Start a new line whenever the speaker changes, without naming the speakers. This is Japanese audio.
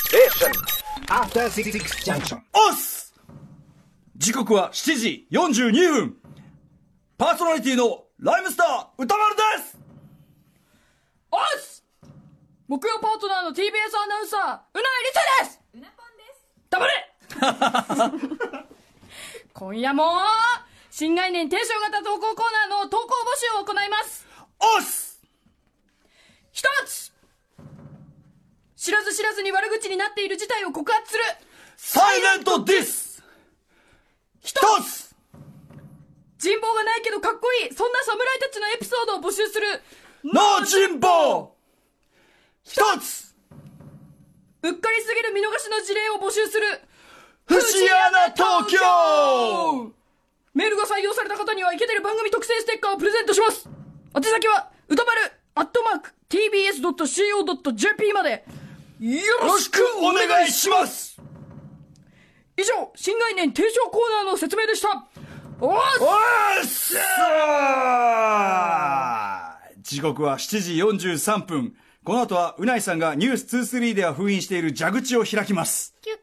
Station.
After Six Junction.
おっす時刻は7時42分パーソナリティのライムスター歌丸です
おっす木曜パートナーの TBS アナウンサー、うなえりさですうなぽんです黙れ 今夜も、新概念提唱型投稿コーナーの投稿募集を行います
おっす
一つ知らず知らずに悪口になっている事態を告発する
サイレントディス一つ
人望がないけどかっこいいそんな侍たちのエピソードを募集する
の人望一つ
うっかりすぎる見逃しの事例を募集する
藤穴東京
メールが採用された方にはイケてる番組特製ステッカーをプレゼントします宛先は歌丸アットマーク tbs.co.jp までよ
よろしくお願いします
以上新概念提唱コーナーの説明でしたおー
おっす時刻は7時43分この後はうないさんがニュース23では封印している蛇口を開きます
キュ